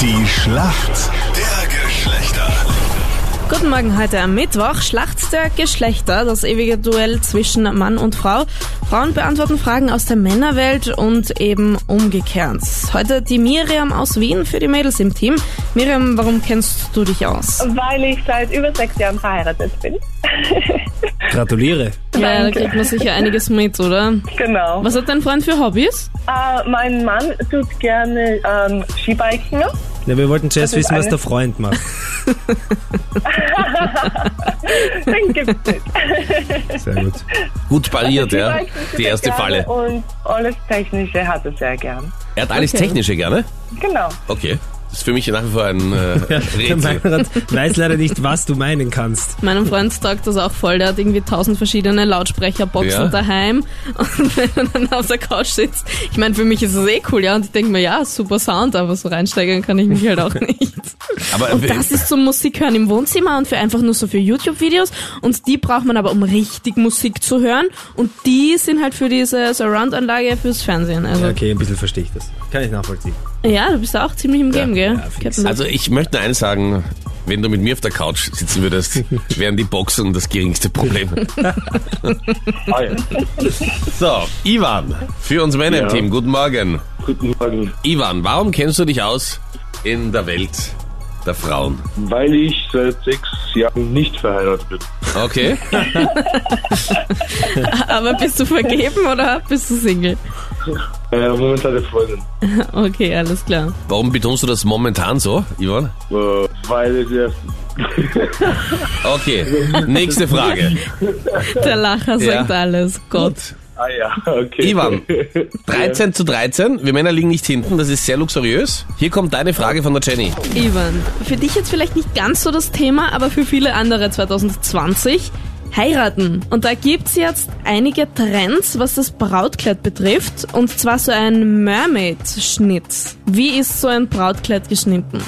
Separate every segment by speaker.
Speaker 1: Die Schlacht der Geschlechter.
Speaker 2: Guten Morgen heute am Mittwoch. Schlacht der Geschlechter, das ewige Duell zwischen Mann und Frau. Frauen beantworten Fragen aus der Männerwelt und eben umgekehrt. Heute die Miriam aus Wien für die Mädels im Team. Miriam, warum kennst du dich aus?
Speaker 3: Weil ich seit über sechs Jahren verheiratet bin.
Speaker 4: Gratuliere.
Speaker 2: Ja, da kriegt man sicher einiges mit, oder?
Speaker 3: genau.
Speaker 2: Was hat dein Freund für Hobbys?
Speaker 3: Äh, mein Mann tut gerne ähm, Skibiken.
Speaker 4: Ja, wir wollten zuerst
Speaker 3: Das ist
Speaker 4: wissen, was
Speaker 3: eine-
Speaker 4: der Freund macht.
Speaker 3: Den gibt's nicht.
Speaker 4: Sehr gut.
Speaker 5: Gut pariert, ja.
Speaker 3: Skibiken tut
Speaker 5: Die
Speaker 3: er
Speaker 5: erste
Speaker 3: gerne
Speaker 5: Falle.
Speaker 3: Und alles Technische hat er sehr gern.
Speaker 5: Er hat alles
Speaker 2: Okay.
Speaker 5: Technische gerne.
Speaker 3: Genau.
Speaker 5: Okay. Das ist für mich nach wie vor ein äh,
Speaker 4: Der
Speaker 5: Rätsel.
Speaker 4: Meinrad weiß leider nicht, was du meinen kannst.
Speaker 2: Meinem Freund taugt das auch voll. Der hat irgendwie tausend verschiedene Lautsprecherboxen
Speaker 5: Ja.
Speaker 2: daheim. Und wenn er dann auf der Couch sitzt, ich meine, für mich ist es eh cool, ja. Und ich denke mir, ja, super Sound, aber so reinsteigern kann ich mich halt auch nicht.
Speaker 5: Aber
Speaker 2: Und das ist zum Musik hören im Wohnzimmer und für einfach nur so für YouTube-Videos. Und die braucht man aber, um richtig Musik zu hören. Und die sind halt für diese Surround-Anlage fürs Fernsehen. Also,
Speaker 4: Ja,
Speaker 2: ja,
Speaker 4: Okay, ein bisschen verstehe ich das. Kann ich nachvollziehen.
Speaker 2: du bist da auch ziemlich im Game, gell?
Speaker 4: ja, fix.
Speaker 2: Kennt man das?
Speaker 5: also ich möchte nur eines sagen, wenn du mit mir auf der Couch sitzen würdest, wären die Boxen das geringste Problem. so, Ivan, für uns Männer im
Speaker 6: Ja.
Speaker 5: Team, guten Morgen.
Speaker 6: Guten Morgen.
Speaker 5: Ivan, warum kennst du dich aus in der Welt der Frauen?
Speaker 6: Weil ich seit sechs Jahren nicht verheiratet bin.
Speaker 5: Okay.
Speaker 4: also-
Speaker 2: aber bist du vergeben oder bist du Single?
Speaker 6: Äh, momentane Freundin.
Speaker 2: Okay, alles klar.
Speaker 5: Warum betonst du das momentan so, Ivan?
Speaker 6: Äh, weil es erst.
Speaker 5: Okay, nächste Frage.
Speaker 2: Der Lacher sagt
Speaker 5: Ja.
Speaker 2: alles. Gott.
Speaker 6: ah ja, okay.
Speaker 5: Ivan, 13 zu 13, wir Männer liegen nicht hinten, das ist sehr luxuriös. Hier kommt deine Frage von der Jenny.
Speaker 2: Ivan, für dich jetzt vielleicht nicht ganz so das Thema, aber für viele andere 2020 heiraten. Und da gibt's jetzt einige Trends, was das Brautkleid betrifft. Und zwar so ein Mermaid-Schnitt. Wie ist so ein Brautkleid geschnitten?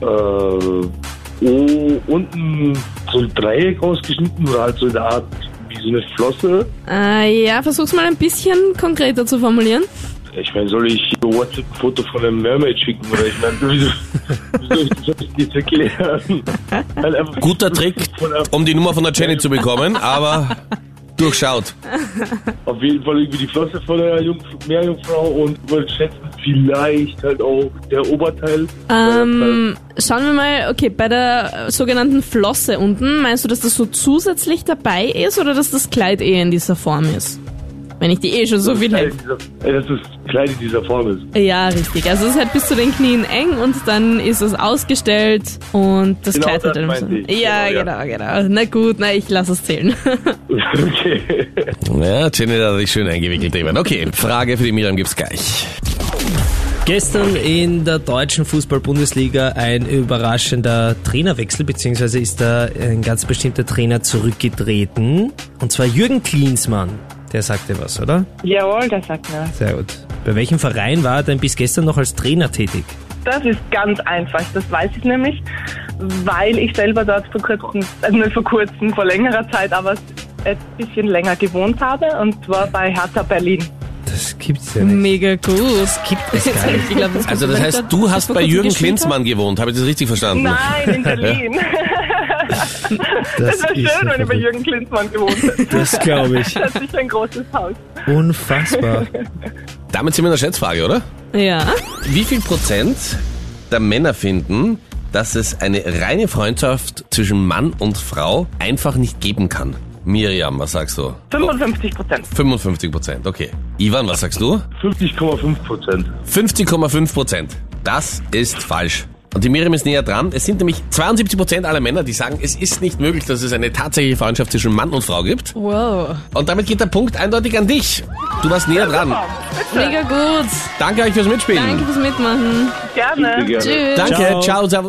Speaker 6: Äh, oh, unten so ein Dreieck ausgeschnitten oder halt so eine Art wie so eine Flosse.
Speaker 2: Äh, ja, versuch's mal ein bisschen konkreter zu formulieren.
Speaker 6: Ich meine, soll ich hier WhatsApp ein Foto von einem Mermaid schicken oder ich meine, wieso, wieso soll ich das erklären? Halt einfach-
Speaker 5: Guter Trick,
Speaker 6: Von einem-
Speaker 5: um die Nummer von der Jenny zu bekommen, aber durchschaut.
Speaker 6: Auf jeden Fall irgendwie die Flosse von der Jungf Meerjungfrau und man schätzt vielleicht halt auch der Oberteil.
Speaker 2: Ähm, schauen wir mal, okay, bei der äh, sogenannten Flosse unten, meinst du, dass das so zusätzlich dabei ist oder dass das Kleid eher in dieser Form ist? Wenn ich die eh schon so
Speaker 6: Das
Speaker 2: viel
Speaker 6: Kleid
Speaker 2: helfe.
Speaker 6: in dieser- äh, Dass das Kleid in dieser Form ist.
Speaker 2: Ja, richtig. Also es ist halt bis zu den Knien eng und dann ist es ausgestellt und das
Speaker 6: Genau
Speaker 2: Kleid hat
Speaker 6: das
Speaker 2: dann so.
Speaker 6: meinte ich.
Speaker 2: Ja, genau,
Speaker 6: Genau,
Speaker 2: genau, Na gut, na ich lasse es zählen.
Speaker 6: Okay.
Speaker 5: Ja, Jenny da hat sich schön eingewickelt, Ivan. Okay, Frage für die Miriam gibt's gleich.
Speaker 4: Gestern in der deutschen Fußball-Bundesliga ein überraschender Trainerwechsel, beziehungsweise ist da ein ganz bestimmter Trainer zurückgetreten. Und zwar Jürgen Klinsmann. Der sagte was, oder?
Speaker 3: Jawohl, das sagt mir. was.
Speaker 4: Sehr gut. Bei welchem Verein war er denn bis gestern noch als Trainer tätig?
Speaker 3: Das ist ganz einfach. Das weiß ich nämlich, weil ich selber dort vor kurzem, also nicht vor kurzem, vor längerer Zeit, aber ein bisschen länger gewohnt habe und zwar bei Hertha Berlin.
Speaker 4: Das gibt's ja
Speaker 2: Mega gut. Gibt es
Speaker 4: gar nicht.
Speaker 2: Ich glaub, das
Speaker 5: Also das
Speaker 2: kommt-
Speaker 5: heißt, du hast
Speaker 2: vor
Speaker 5: bei
Speaker 2: kurzem
Speaker 5: Jürgen
Speaker 2: gespielt hat?
Speaker 5: Klinsmann gewohnt, habe ich das richtig verstanden?
Speaker 3: Nein, in Berlin. Das wäre schön, wenn ich bei Jürgen Klinsmann gewohnt hätte.
Speaker 4: Das glaube ich.
Speaker 3: Das ist sicher ein großes Haus.
Speaker 4: Unfassbar.
Speaker 5: Damit sind wir in der Schätzfrage, oder?
Speaker 2: Ja.
Speaker 5: Wie viel Prozent der Männer finden, dass es eine reine Freundschaft zwischen Mann und Frau einfach nicht geben kann? Miriam, was sagst du?
Speaker 3: 55 Prozent.
Speaker 5: 55 Prozent, okay. Ivan, was sagst du?
Speaker 6: 50,5 Prozent.
Speaker 5: 50,5 Prozent. Das ist falsch. Und die Miriam ist näher dran. Es sind nämlich 72 Prozent aller Männer, die sagen, es ist nicht möglich, dass es eine tatsächliche Freundschaft zwischen Mann und Frau gibt.
Speaker 2: Wow.
Speaker 5: Und damit geht der Punkt eindeutig an dich. Du warst näher dran.
Speaker 2: Mega gut.
Speaker 5: Danke euch fürs Mitspielen.
Speaker 2: Danke fürs Mitmachen.
Speaker 3: Gerne.
Speaker 6: Sehr gerne.
Speaker 2: Tschüss.
Speaker 5: Danke, ciao, servus.